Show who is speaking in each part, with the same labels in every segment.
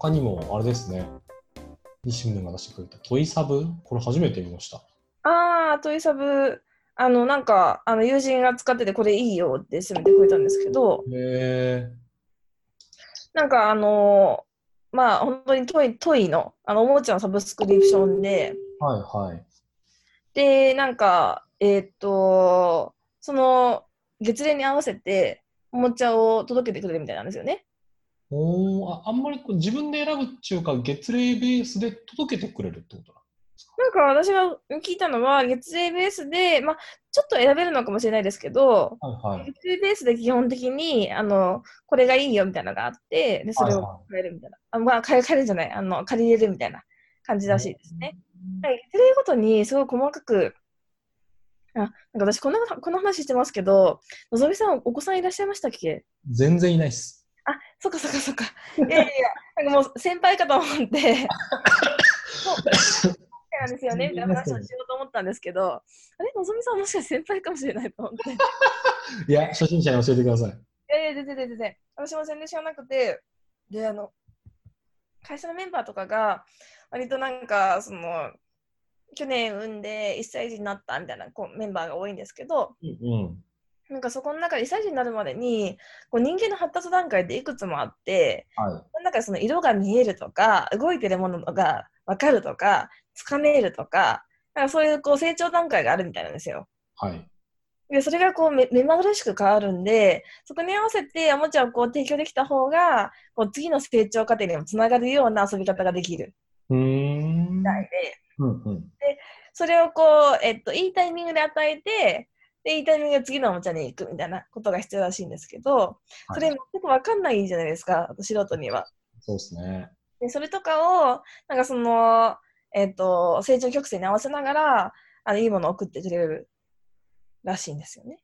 Speaker 1: 他にも、あれですね。西村が出してくれた、トイサブこれ初めて見ました。
Speaker 2: あー、トイサブ、あの、なんか、あの友人が使ってて、これいいよって勧めてくれたんですけど、
Speaker 1: へえ。
Speaker 2: なんか、あのーまあ、本当にトイ、トイの、あの、おもちゃのサブスクリプションで、
Speaker 1: はいはい。
Speaker 2: で、なんか、えーっと、その、月齢に合わせて、おもちゃを届けてくれるみたいなんですよね。
Speaker 1: おお、ああんまりこう自分で選ぶっていうか、月齢ベースで届けてくれるってことだ。
Speaker 2: なんか私が聞いたのは、月齢ベースで、まあ、ちょっと選べるのかもしれないですけど、
Speaker 1: はいはい。
Speaker 2: 月齢ベースで基本的に、あの、これがいいよみたいなのがあって、で、それ
Speaker 1: はいは
Speaker 2: を買えるみたいな。あまあ、買え買えるんじゃない、あの、借りれるみたいな感じらしいですね。はい、月齢ごとにすごい細かく、あ、なんか私こんな、この話してますけど、のぞみさん、お子さんいらっしゃいましたっけ
Speaker 1: 全然いないっす。
Speaker 2: あ、そっかそっか そっか。いやいやいや、なんかもう先輩かと思って、もうそうなんですよね、みたいな話をしようと思ったんですけど、あれ、のぞみさんもしかして先輩かもしれないと思って。い
Speaker 1: いや、初心者に教えてください。
Speaker 2: やいや、全然全然全然。私も全然知らなくて、で、あの、会社のメンバーとかが、割となんか、その、去年産んで1歳児になったみたいなこうメンバーが多いんですけど、
Speaker 1: うん。
Speaker 2: なんかそこの中で1歳児になるまでに、こう人間の発達段階っていくつもあって、
Speaker 1: は
Speaker 2: その中でその色が見えるとか動いてるものが分かるとかつかめるとかなんかそういうこう成長段階があるみたいなんですよ。
Speaker 1: い。はい。
Speaker 2: でそれがこうめ目まぐるしく変わるんでそこに合わせておもちゃをこう提供できた方がこう次の成長過程にもつながるような遊び方ができる
Speaker 1: うーん。
Speaker 2: みたいで
Speaker 1: うんうん。
Speaker 2: それをこう、えっと、いいタイミングで与えてでいいタイミングで次のおもちゃに行くみたいなことが必要らしいんですけどそれ全く分かんないじゃないですか素人には。
Speaker 1: そうですね。
Speaker 2: でそれとかをなんかその、えっと成長曲線に合わせながらあのいいものを送ってくれるらしいんですよね。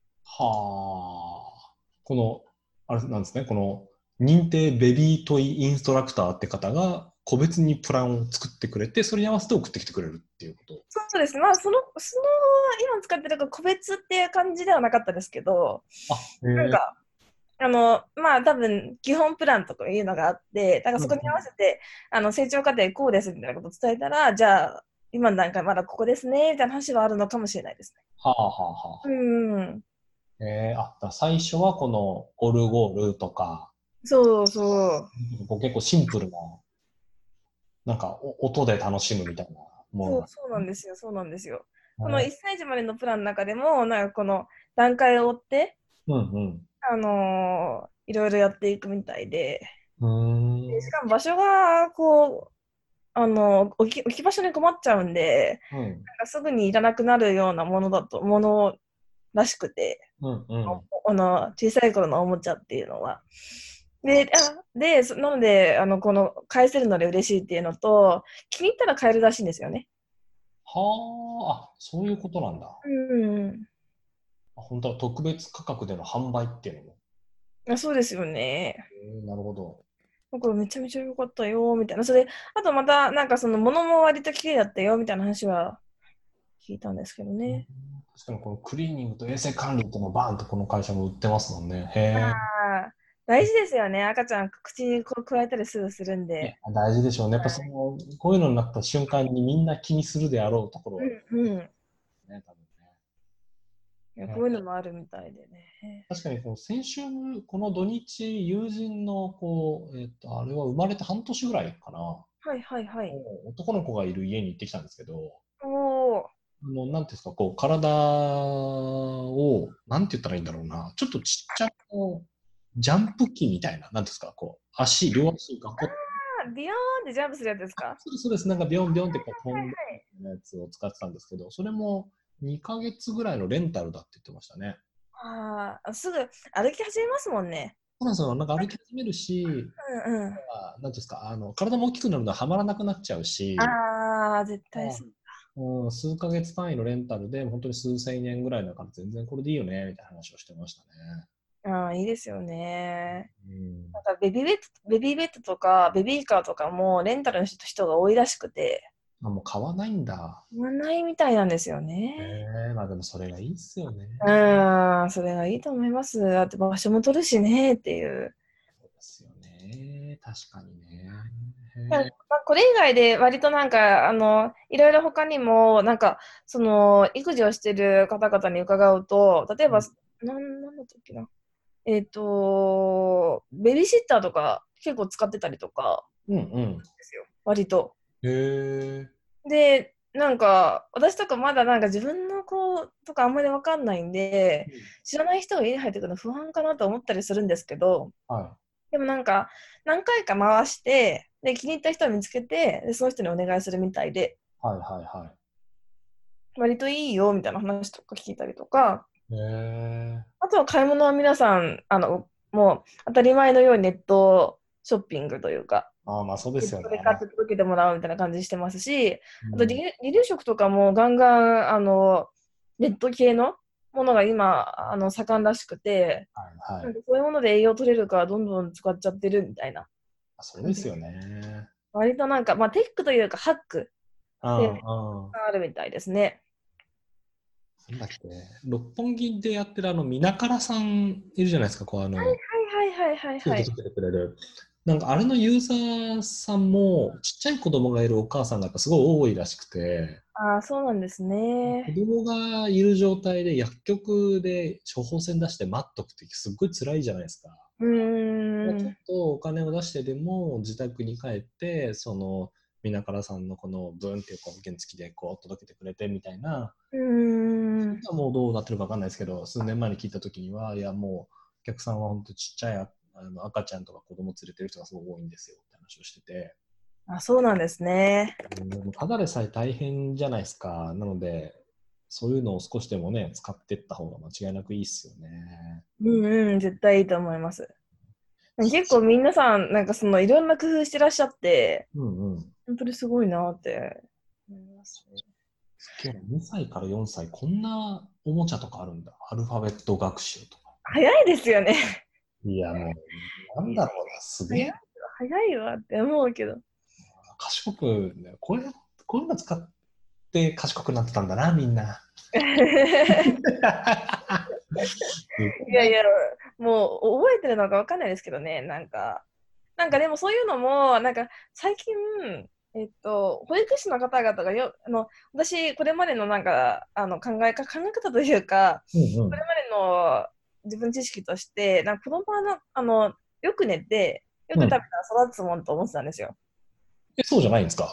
Speaker 1: はあ。この、あれなんですね、この認定ベビートイインストラクターって方が、個別にプランを作ってくれて、それに合わせて送ってきてくれるっていうこと。
Speaker 2: そうですね、まあ、そのその今使ってる個別っていう感じではなかったですけど、
Speaker 1: あ、
Speaker 2: なんか、あのまあ、多分基本プランとかいうのがあって、だからそこに合わせて、あの成長過程こうですみたいなことを伝えたら、じゃあ、今の段階まだここですねみたいな話はあるのかもしれないですね。
Speaker 1: はあはあはあ。
Speaker 2: うん、
Speaker 1: えー、あ、だから最初はこのオルゴールとか、
Speaker 2: そうそう。
Speaker 1: こう結構シンプルな、なんかお音で楽しむみたいなもの
Speaker 2: そう
Speaker 1: が。
Speaker 2: そうなんですよ、そうなんですよ。こ
Speaker 1: う
Speaker 2: の1歳児までのプランの中でも、なんかこの段階を追って、
Speaker 1: うん
Speaker 2: あのーいろいろやっていくみたいで、
Speaker 1: うん。うーん。
Speaker 2: でしかも場所が、こう、あの置き置き場所に困っちゃうんで、
Speaker 1: うん
Speaker 2: なんかすぐにいらなくなるようなものだと、ものらしくて、
Speaker 1: うんうん。
Speaker 2: あの小さい頃のおもちゃっていうのは。で、あでそなのであの、この返せるので嬉しいっていうのと、気に入ったら買えるらしいんですよね。
Speaker 1: はあ、あ、そういうことなんだ。
Speaker 2: うん、
Speaker 1: 本当は特別価格での販売っていうのも。
Speaker 2: あそうですよね。
Speaker 1: えー、なるほど。
Speaker 2: なんかめちゃめちゃ良かったよ、みたいな。それ、あとまた、なんかその、物も割と綺麗だったよ、みたいな話は聞いたんですけどね。
Speaker 1: 確かにこのクリーニングと衛生管理っていうのをバーンとこの会社も売ってますもんね。へえ。
Speaker 2: あー大事ですよね。赤ちゃん、口にこう加えたりすぐするんで。
Speaker 1: 大事でしょうね。やっぱその、こういうのになった瞬間にみんな気にするであろうところはね、
Speaker 2: うんう
Speaker 1: 多
Speaker 2: ん。
Speaker 1: 分ね。
Speaker 2: いやこういうのもあるみたいでね。
Speaker 1: 確かにこの先週、この土日、友人のこう、えっと、あれは生まれて半年ぐらいかな、
Speaker 2: はいはいはい。
Speaker 1: 男の子がいる家に行ってきたんですけど、
Speaker 2: おー。
Speaker 1: あのなんていうんですか、こう体を、なんて言ったらいいんだろうな、ちょっとちっちゃくこうジャンプ機みたいな、なんていうんですか、こう足、両足がこう、
Speaker 2: あ、ビヨーンってジャンプするやつですか
Speaker 1: そうですそうです、なんかビョンビョンってこう飛
Speaker 2: はいは
Speaker 1: ん
Speaker 2: い
Speaker 1: で。るやつを使ってたんですけど、それも2ヶ月ぐらいのレンタルだって言ってましたね。
Speaker 2: あーすぐ歩き始めますもんね。
Speaker 1: そうなんですよ、なんか歩き始めるし、
Speaker 2: うんうん。
Speaker 1: まあなんていうんですかあの体も大きくなるのははまらなくなっちゃうし、
Speaker 2: あー、絶対そう。
Speaker 1: うん、数ヶ月単位のレンタルで本当に数千円ぐらいだから全然これでいいよねみたいな話をしてました
Speaker 2: あーいいですよね。
Speaker 1: ね。うん、
Speaker 2: なんかベビーベッドベビーベッドとかベビーカーとかもレンタルの人人が多いらしくて、
Speaker 1: あもう買わないんだ。
Speaker 2: 買わないみたいなんですよ
Speaker 1: え
Speaker 2: ね。
Speaker 1: えまあでもそれがいいっすよね。
Speaker 2: うーん、それがいいと思います。だって場所も取るしねっていう。
Speaker 1: そうですよね。確かにね。
Speaker 2: なんかまあこれ以外で割となんかあのいろいろ他にもなんかその育児をしてる方々に伺うと例えば、なんなんだったっけなえっ、とベビーシッターとか結構使ってたりとか
Speaker 1: うんうん。
Speaker 2: ですよ割と。
Speaker 1: へえ。
Speaker 2: でなんか私とかまだなんか自分の子とかあんまり分かんないんで知らない人が家に入ってくるの不安かなと思ったりするんですけど
Speaker 1: は
Speaker 2: でもなんか何回か回してで気に入った人を見つけてでその人にお願いするみたいで
Speaker 1: い。はいはいは
Speaker 2: 割といいよみたいな話とか聞いたりとか
Speaker 1: い。へえ。
Speaker 2: あとは買い物は皆さんあのもう当たり前のようにネットショッピングというか
Speaker 1: ああ、まあそう
Speaker 2: ネ
Speaker 1: ですよ
Speaker 2: ットで
Speaker 1: ね。
Speaker 2: 買って届けてもらうみたいな感じしてますしあ
Speaker 1: う
Speaker 2: と
Speaker 1: ん
Speaker 2: 離乳離乳食とかもガンガンあのネット系のものが今あの盛んらしくて、
Speaker 1: はい
Speaker 2: な
Speaker 1: は
Speaker 2: ん
Speaker 1: い。
Speaker 2: かそういうもので栄養取れるからどんどん使っちゃってるみたいな
Speaker 1: あそうですよね。
Speaker 2: 割となんか、まあ、テックというかハック
Speaker 1: うんうん。
Speaker 2: があるみたいですね。
Speaker 1: なんだっけ六本木でやってるあの、みなからさんいるじゃないですか、こうあの、
Speaker 2: はいはいはいはい
Speaker 1: シュ
Speaker 2: は
Speaker 1: ート
Speaker 2: い
Speaker 1: 作ってくれる。なんかあれのユーザーさんも、ちっちゃい子供がいるお母さんがやっぱすごい多いらしくて、
Speaker 2: ああそうなんです
Speaker 1: 子
Speaker 2: ね。
Speaker 1: 供がいる状態で薬局で処方箋出して待っとくってすっごい辛いじゃないですか。
Speaker 2: うー
Speaker 1: ちょっ
Speaker 2: ん。
Speaker 1: とお金を出してでも自宅に帰ってそのみなからさんのこのブーンっていうこう原付でこう届けてくれてみたいな、
Speaker 2: うーん。
Speaker 1: もうどうなってるかわかんないですけど数年前に聞いた時にはいやもうお客さんは本当ちっちゃいああの赤ちゃんとか子供連れてる人がすごい多いんですよって話をしてて
Speaker 2: あそうなんですね。
Speaker 1: うんでもただでさえ大変じゃないですかなのでそういうのを少しでもね使ってった方が間違いなくいいっすよね。
Speaker 2: うんうん絶対いいと思います。結構皆さんなんかそのいろんな工夫してらっしゃって。
Speaker 1: うんうん
Speaker 2: 本当にすごいなって思いますね。
Speaker 1: 今日2歳から4歳、こんなおもちゃとかあるんだ。アルファベット学習とか。
Speaker 2: 早いですよね。
Speaker 1: いや、もう、なんだろうな、すげえな。
Speaker 2: 早いわって思うけど。
Speaker 1: 賢く、ね、これ、こういうの使って賢くなってたんだな、みんな。
Speaker 2: いやい
Speaker 1: や。
Speaker 2: や、もう覚えてるのかわかんないですけどね、なんか。なんかでもそういうのも、なんか最近、えっと、保育士の方々がよあの私、これまでのなんかあの考えか考え方というか、
Speaker 1: うんうん
Speaker 2: これまでの自分知識として、なんか子供はなあのよく寝て、よく食べたら育つもんと思ってたんですよ。
Speaker 1: えそうじゃないんです か。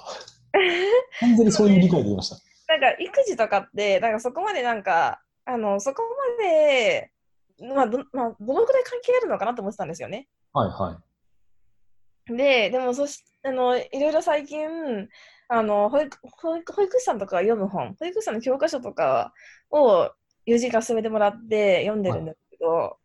Speaker 1: 完全にそういう理解できました。
Speaker 2: なんか育児とかってなんかそこまでなんかあのそこまで、まあどまあ、どのくらい関係あるのかなと思ってたんですよね。
Speaker 1: はいは
Speaker 2: ででもそしあのいろいろ最近あの保育保育保育士さんとかが読む本保育士さんの教科書とかを友人から勧めてもらって読んでるんですけど、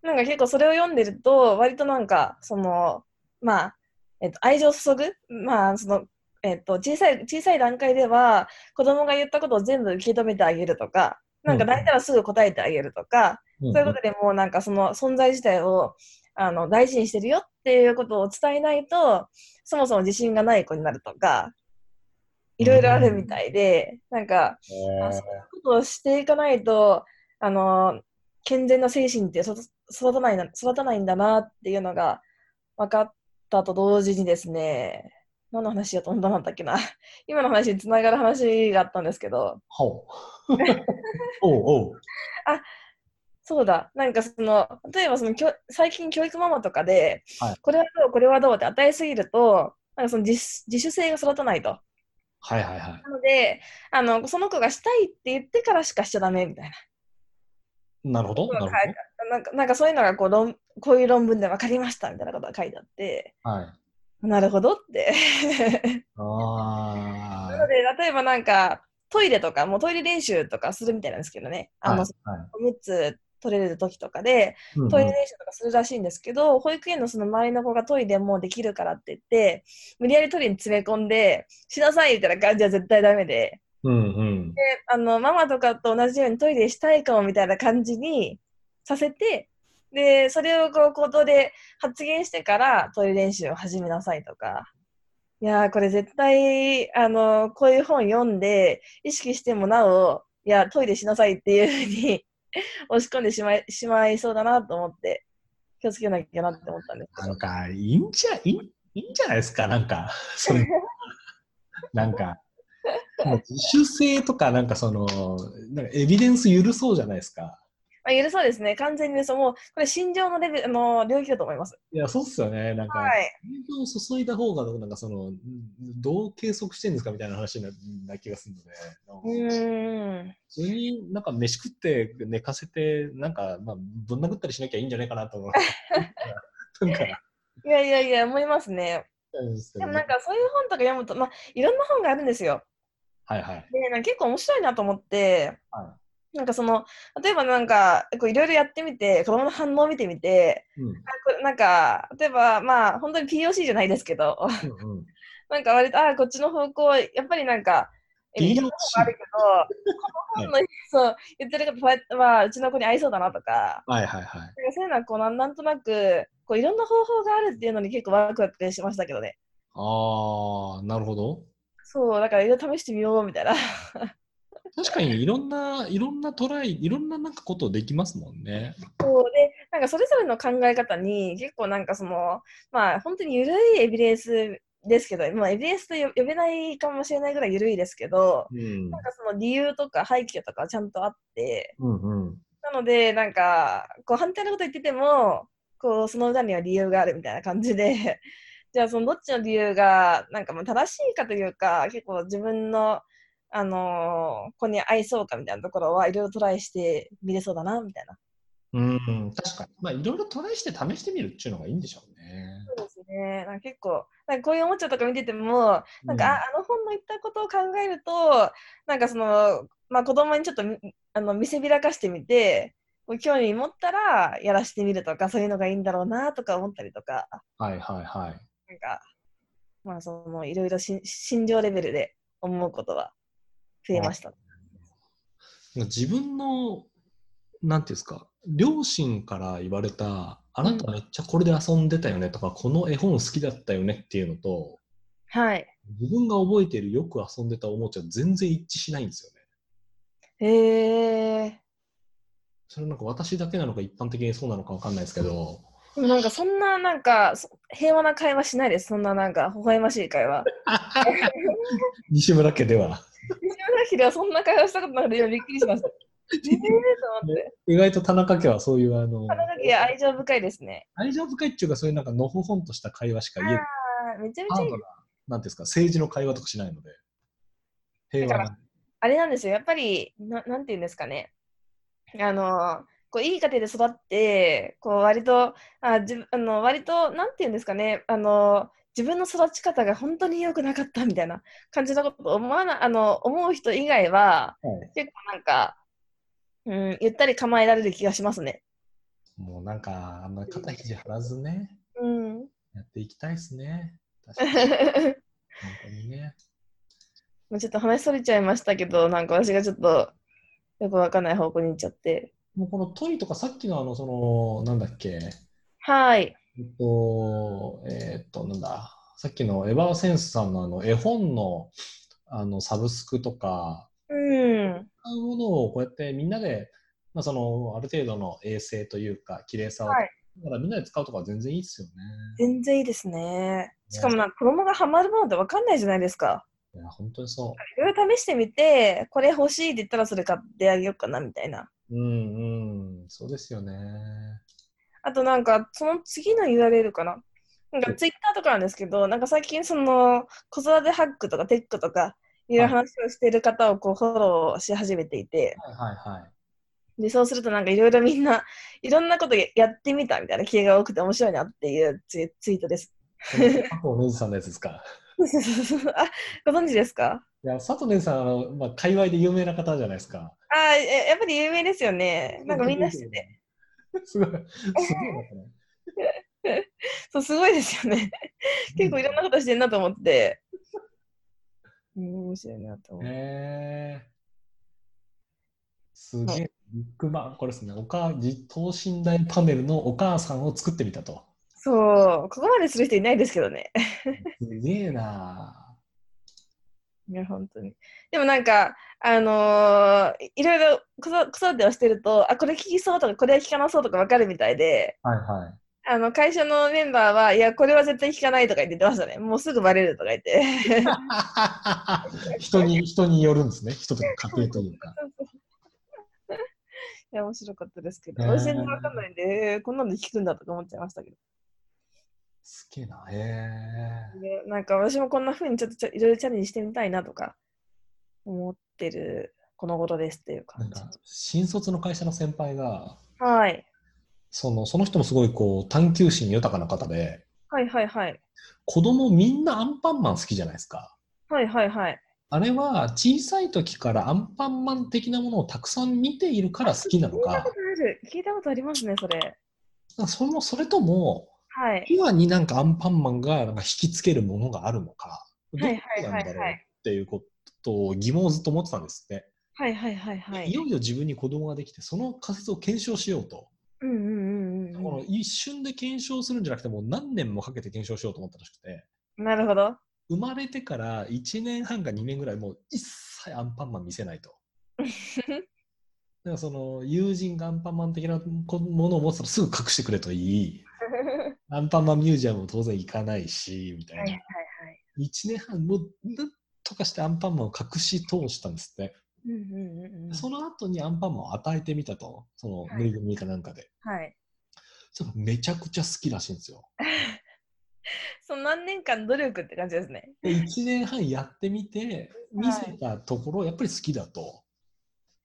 Speaker 2: なんか結構それを読んでると割となんかそのまあ、えっと、愛情を注ぐ、まあそのえっと、小さい小さい段階では子供が言ったことを全部受け止めてあげるとか。なんか
Speaker 1: うんうん
Speaker 2: 泣いたらすぐ答えてあげるとか、
Speaker 1: い。
Speaker 2: そういうことでもうなんかその存在自体をあの大事にしてるよっていうことを伝えないとそもそも自信がない子になるとかいろいろあるみたいで、なんか
Speaker 1: うん
Speaker 2: あそういうことをしていかないとあの健全な精神って育育たないな育たないんだなっていうのが分かったと同時にですね何の話やと思ったんだっけな今の話につながる話があったんですけど
Speaker 1: ほう。おうおう。
Speaker 2: そうだ、なんかその、例えばその教最近教育ママとかで、
Speaker 1: はい
Speaker 2: これはどう、これはどうって与えすぎると、なんかその自主自主性が育たないと。
Speaker 1: はいはいはい。
Speaker 2: なのであの、その子がしたいって言ってからしかしちゃダメみたい
Speaker 1: なるほど。なるほ
Speaker 2: な。なんかなんかそういうのがこう論、こういう論文で分かりましたみたいなことが書いてあって、
Speaker 1: ど。はい。
Speaker 2: なるほどって。
Speaker 1: あ
Speaker 2: なので、例えばなんか、トイレとか、もうトイレ練習とかするみたいなんですけどね、
Speaker 1: あ。
Speaker 2: あの
Speaker 1: はいはい
Speaker 2: おむつ取れる時とかで、
Speaker 1: うんうん
Speaker 2: トイレ練習とかするらしいんですけど、保育園のその周りの子がトイレもうできるからって言って、無理やりトイレに詰め込んで、しなさいみたいな感じは絶対ダメで、
Speaker 1: うんうん。
Speaker 2: であのママとかと同じようにトイレしたいかもみたいな感じにさせて、で、それをこう口頭で発言してからトイレ練習を始めなさいとか。いやーこれ絶対あのこういう本読んで意識してもなおいやトイレしなさいっていうふうに 押し込んでしまいしまいそうだなと思って気をつけなきゃなって思ったんですけ
Speaker 1: な
Speaker 2: ど
Speaker 1: んか、いいんじゃ、いいいいんじゃないですか、なんか、 そ れ、なんか、もう自主性とか、なんかその、なんかエビデンス緩そうじゃないですか。
Speaker 2: まあ、緩そうですね。完全にそう。もう、これ、心情のレベル、あの領域だと思います。
Speaker 1: いや、そうっすよね、なんか、
Speaker 2: はい。
Speaker 1: 感情を注いだ方が、なんかその、どう計測してるんですかみたいな話なな気がするので、
Speaker 2: うーん。
Speaker 1: 普通になんか飯食って寝かせて、なんか、まあ、ぶん殴ったりしなきゃいいんじゃないかなと思う。 なんか、
Speaker 2: いやいやいや、思いますね。
Speaker 1: で
Speaker 2: でもなんか、そういう本とか読むと、まあ、いろんな本があるんですよ。
Speaker 1: はいはい。
Speaker 2: で、なんか結構面白いなと思って、
Speaker 1: は
Speaker 2: なんかその、例えばなんか、こういろいろやってみて、子供の反応を見てみて、
Speaker 1: い。うん。
Speaker 2: あこれなんか、例えば、まあ、本当に POC じゃないですけど、
Speaker 1: うんうん。
Speaker 2: なんか割と、ああ、こっちの方向、やっぱりなんか、え
Speaker 1: POC
Speaker 2: いろんな方があるけど、この本の、 そう、言ってること、こうやって、まあ、うちの子に合いそうだなとか、
Speaker 1: はいはいはい。
Speaker 2: なんかそういうのはこうなん、なんとなく、こういろんな方法があるっていうのに結構ワクワクしましたけどね。
Speaker 1: ああ、なるほど。
Speaker 2: そう、だからいろいろ試してみようみたいな。
Speaker 1: 確かにいろんな、いろんなトライ、いろんななんかことできますもんね。
Speaker 2: そうで、なんかそれぞれの考え方に、結構なんかその、まあ本当に緩いエビデンスですけど、まあエビデンスと呼呼べないかもしれないぐらい緩いですけど、
Speaker 1: うん
Speaker 2: なんかその理由とか背景とかちゃんとあって、
Speaker 1: うんうん。
Speaker 2: なので、なんか、こう反対のこと言ってても、こうその裏には理由があるみたいな感じで、 じゃあ、そのどっちの理由が、なんかまあ正しいかというか、結構自分の、あのー子に合いそうかみたいなところはいろいろトライしてみれそうだな、みたいな。
Speaker 1: うん、確かに。まあ、いろいろトライして試してみるっていうのがいいんでしょうね。
Speaker 2: そうですね。なんか結構、なんかこういうおもちゃとか見てても、なんか、ああの本の言ったことを考えると、なんかその、まあ子供にちょっとみあの見せびらかしてみて、こう興味持ったらやらしてみるとか、そういうのがいいんだろうなとか思ったりとか、
Speaker 1: うん、はいはいはい。
Speaker 2: なんか、まあその、いろいろし心情レベルで思うことは増えました。
Speaker 1: 自分の、なんていうんですか、両親から言われた、あなためっちゃこれで遊んでたよねとか、この絵本好きだったよねっていうのと、
Speaker 2: はい。
Speaker 1: 自分が覚えているよく遊んでたおもちゃ全然一致しないんですよね。
Speaker 2: へえ。
Speaker 1: それなんか私だけなのか一般的にそうなのかわかんないですけど、
Speaker 2: でもなんかそんななんかそ平和な会話しないです。そんななんか微笑ましい会話。
Speaker 1: 西村家で は。
Speaker 2: 西村秀はそんな会話したことなくて今びっくりし ました。ええー、と思って。
Speaker 1: 意外と田中家はそういうあの、
Speaker 2: 花垣は愛情深いですね。
Speaker 1: 愛情深いっていうか、そういうなんかのほほんとした会話しか言えない。
Speaker 2: あーめちゃめち
Speaker 1: ハ
Speaker 2: ゃい
Speaker 1: ー
Speaker 2: い
Speaker 1: ド。な、なんていうんですか、政治の会話とかしないので、平和
Speaker 2: だ
Speaker 1: な。
Speaker 2: あれなんですよ、やっぱり、ななんていうんですかね。あのこういい家庭で育って、こう割と、あじあの割と、なんていうんですかね、あの自分の育ち方が本当に良くなかったみたいな感じのことを思わなあの思う人以外は、
Speaker 1: はい
Speaker 2: 結構なんか、うん、ゆったり構えられる気がしますね。
Speaker 1: もうなんか、あんまり肩肘張らずね、
Speaker 2: うん、
Speaker 1: やっていきたいです ね。確かに本当にね。
Speaker 2: もうちょっと話それちゃいましたけど、なんか私がちょっとよくわかんない方向に行っちゃって。
Speaker 1: もうこのトイとかさっきのあの、その、なんだっけ、
Speaker 2: はい。
Speaker 1: えっと、えっと、なんだ、さっきのエヴァーセンスさんのあの、絵本の、あの、サブスクとか、
Speaker 2: うん。
Speaker 1: 使うものをこうやってみんなで、まあ、その、ある程度の衛生というか、綺麗さを、
Speaker 2: はい
Speaker 1: だからみんなで使うとか全然いいですよね。
Speaker 2: 全然いいですね。しかもなんか子供がハマるものってわかんないじゃないですか。
Speaker 1: いや、本当にそう。
Speaker 2: いろいろ試してみて、これ欲しいって言ったらそれ買ってあげようかなみたいな。
Speaker 1: うんうん、そうですよね。
Speaker 2: あとなんか、その次の URL かな。なんかツイッターとかなんですけど、なんか最近その子育てハックとかテックとか、いろいろ話をしている方をこうフォローし始めていて、
Speaker 1: はいはいはい。
Speaker 2: で、そうするとなんかいろいろみんな、いろんなことやってみたみたいな気が多くて面白いなっていうツイツイート です。
Speaker 1: これ 佐藤ねずさんのやつですか。
Speaker 2: あ、ご存知ですか
Speaker 1: いや、佐藤ねずさん、あの、まあ、界隈で有名な方じゃないですか。
Speaker 2: あーえやっぱり有名ですよね。なんかみんな知ってて。
Speaker 1: すごい、すごいですね。
Speaker 2: そう、すごいですよね。 結構いろんなことしてんなと思って。うん、面白いなと思う。
Speaker 1: へえすげえ、ビッグバン、これですね、お母じ等身大パネルのお母さんを作ってみたと。
Speaker 2: そう、ここまでする人いないですけどね。
Speaker 1: すげえない
Speaker 2: や、本当に。でもなんか、あのーいいろいろ子育子育てをしてると、あ、これ聞きそうとか、これは聞かなそうとか分かるみたいで、
Speaker 1: はいはい。
Speaker 2: あの会社のメンバーは、いや、これは絶対聞かないとか言ってましたね。もうすぐバレるとか言って。
Speaker 1: 人に、人によるんですね。人とか家庭というか。
Speaker 2: いや、面白かったですけど、
Speaker 1: ねえ
Speaker 2: 私全然わかんないんで、えーこんなの聞くんだとか思っちゃいましたけど。
Speaker 1: すげえな。へ
Speaker 2: でなんか私もこんな風にちょっとちょいろいろチャレンジしてみたいなとか思ってるこの頃ですっていう
Speaker 1: え。な
Speaker 2: 感
Speaker 1: ん
Speaker 2: じ
Speaker 1: か。、新卒の会社の先輩が、
Speaker 2: はい。
Speaker 1: そのその人もすごいこう探求心豊かな方で、
Speaker 2: はいはいはい。
Speaker 1: 子供みんなアンパンマン好きじゃないですか。
Speaker 2: はいはいはい。
Speaker 1: あれは小さい時からアンパンマン的なものをたくさん見ているから好きなの
Speaker 2: 聞いた
Speaker 1: か
Speaker 2: こ、とある。聞いたことありますね、それ。
Speaker 1: それもそれとも、
Speaker 2: はい。
Speaker 1: 今になんかアンパンマンがなんか引きつけるものがあるのか、ど
Speaker 2: は
Speaker 1: っ
Speaker 2: い
Speaker 1: ちなん
Speaker 2: はい
Speaker 1: だ
Speaker 2: はい
Speaker 1: ろ
Speaker 2: は
Speaker 1: うっ
Speaker 2: い
Speaker 1: ていうことを疑問をずっと思ってたんですって。
Speaker 2: はいはいはいはいい。
Speaker 1: よいよ自分に子供ができて、その仮説を検証しようと。
Speaker 2: うんうんうん
Speaker 1: この
Speaker 2: う
Speaker 1: 一瞬で検証するんじゃなくて、もう何年もかけて検証しようと思ったらしくて。
Speaker 2: ん。なるほど。
Speaker 1: 生まれてから1年半か2年ぐらいもう一切アンパンマン見せ ないと。だからその友人がアンパンマン的なものを持ってたらすぐ隠してくれといい。アンパンマンミュージアムも当然行かないし、みたい
Speaker 2: はいはい
Speaker 1: な。1年半もうなんとかしてアンパンマンを隠し通したんですって。
Speaker 2: うんうんうんうん。
Speaker 1: その後にアンパンマンを与えてみたと。その
Speaker 2: はい
Speaker 1: ぬいぐるみかなんかで。
Speaker 2: はい。
Speaker 1: そしたらめちゃくちゃ好きらしいんですよ。
Speaker 2: その何年間努力って感じですね。
Speaker 1: で1年半やってみて見せたところやっぱり好きだと。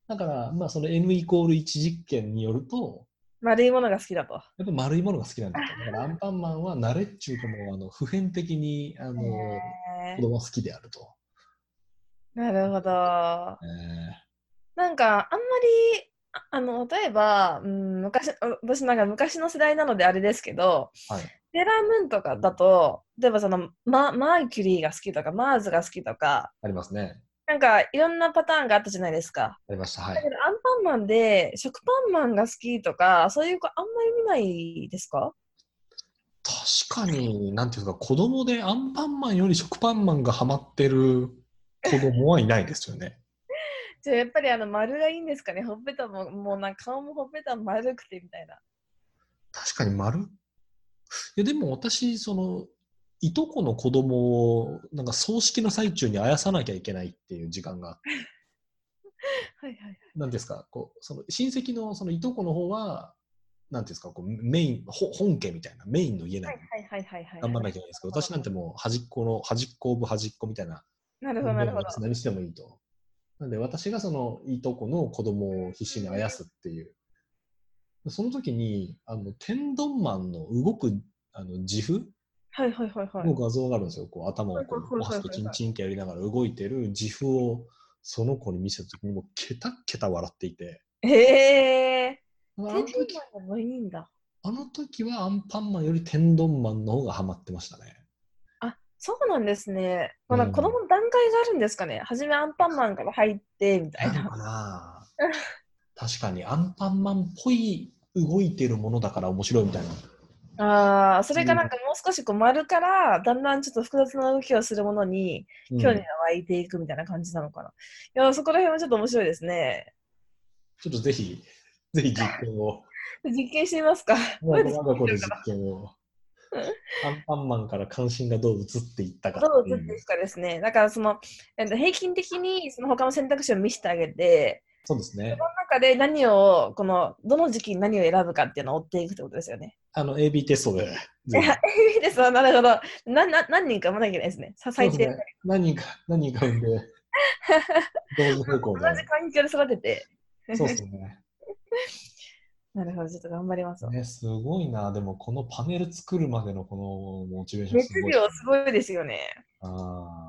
Speaker 1: だから、まあ、その N イコール1実験によると
Speaker 2: 丸いものが好きだと。
Speaker 1: やっぱ丸いものが好きなんだと。だからアンパンマンは慣れっちゅうかもうあの普遍的にあの
Speaker 2: へ
Speaker 1: 子
Speaker 2: ー
Speaker 1: 供は好きであると。
Speaker 2: なるほど。
Speaker 1: え
Speaker 2: なんかあんまりああの例えば、うん、昔あ私なんか昔の世代なのであれですけど、
Speaker 1: はい
Speaker 2: セーラームーンとかだと例えばそのママーキュリーが好きとかマーズが好きとか
Speaker 1: ーありますね。
Speaker 2: なんかいろんなパターンがあったじゃないですか。
Speaker 1: ありました。は
Speaker 2: だけ
Speaker 1: い。
Speaker 2: どアンパンマンで食パンマンが好きとかそういう子あんまり見ないですか
Speaker 1: 確かに、なんていうか、子供でアンパンマンより食パンマンがハマってる子供はいないですよね。
Speaker 2: じゃあやっぱりあの丸がいいんですかねほっ ぺたももうなんか顔もほっぺたも丸くてみたいな。
Speaker 1: 確かに丸いやでも私そのいとこの子供をなんか葬式の最中にあやさなきゃいけないっていう時間が
Speaker 2: はいはい
Speaker 1: 何ですかこうその親戚のそのいとこの方は何ですかこうメインほ本家みたいなメインの家な
Speaker 2: は
Speaker 1: の
Speaker 2: いはいはいはいはい。
Speaker 1: 頑張らなきゃいけないんですけど私なんてもう端っこの端っこオブ端っこみたいな
Speaker 2: なるほどなるほど。
Speaker 1: 何してもいいと。なんで私がそのいとこの子供を必死にあやすっていう。その時にあの天丼マンの動くあの自負
Speaker 2: はいはいはいはい
Speaker 1: の。画像があるんですよ。こう頭をこ
Speaker 2: はいう
Speaker 1: お
Speaker 2: はいはいはいはい
Speaker 1: 箸でチンチンってやりながら動いてる自負をその子に見せた時にもうケタッケタ笑っていて。
Speaker 2: へえ。
Speaker 1: あ
Speaker 2: 天
Speaker 1: の
Speaker 2: 秤
Speaker 1: 時
Speaker 2: マンがいいんだ。
Speaker 1: あの時はアンパンマンより天丼マンの方がハマってましたね。
Speaker 2: あ、そうなんですね。まあなんか
Speaker 1: うん
Speaker 2: 子供の段階があるんですかね。はじめアンパンマンから入ってみたい
Speaker 1: なの
Speaker 2: な。
Speaker 1: か な確かにアンパンマンっぽい動いてるものだから面白いみたいな。
Speaker 2: ああ、それかなんかもう少しこう丸からだんだんちょっと複雑な動きをするものに
Speaker 1: うん
Speaker 2: 興味が湧いていくみたいな感じなのかな。いや、そこら辺はちょっと面白いですね。
Speaker 1: ちょっとぜひ、ぜひ実験 を。
Speaker 2: 実験してみますか。
Speaker 1: まだ
Speaker 2: どうです
Speaker 1: まだこれ実験 を。アンパンマンから関心がどう移っていったか
Speaker 2: ど
Speaker 1: っ
Speaker 2: う
Speaker 1: てい
Speaker 2: 映
Speaker 1: う
Speaker 2: っていくかですね。だからその、えっと平均的にその他の選択肢を見せてあげて、
Speaker 1: そうですね。
Speaker 2: その中で何を、この、どの時期に何を選ぶかっていうのを追っていくってことですよね。
Speaker 1: あの、AB テスト で。
Speaker 2: いや、いいですわ、なるほど。なな何人か産まなきゃいけないですね。さ
Speaker 1: そう
Speaker 2: 最
Speaker 1: です
Speaker 2: 低。
Speaker 1: ね。何人か、何人 か産んで、同時並行
Speaker 2: 同じ環境で育てて。
Speaker 1: で。そうですね。
Speaker 2: なるほど、ちょっと頑張りますわ。
Speaker 1: ね、すごいな。でも、このパネル作るまでのこのモチベーション
Speaker 2: 熱
Speaker 1: すごい。
Speaker 2: 量すごいですよね。
Speaker 1: あ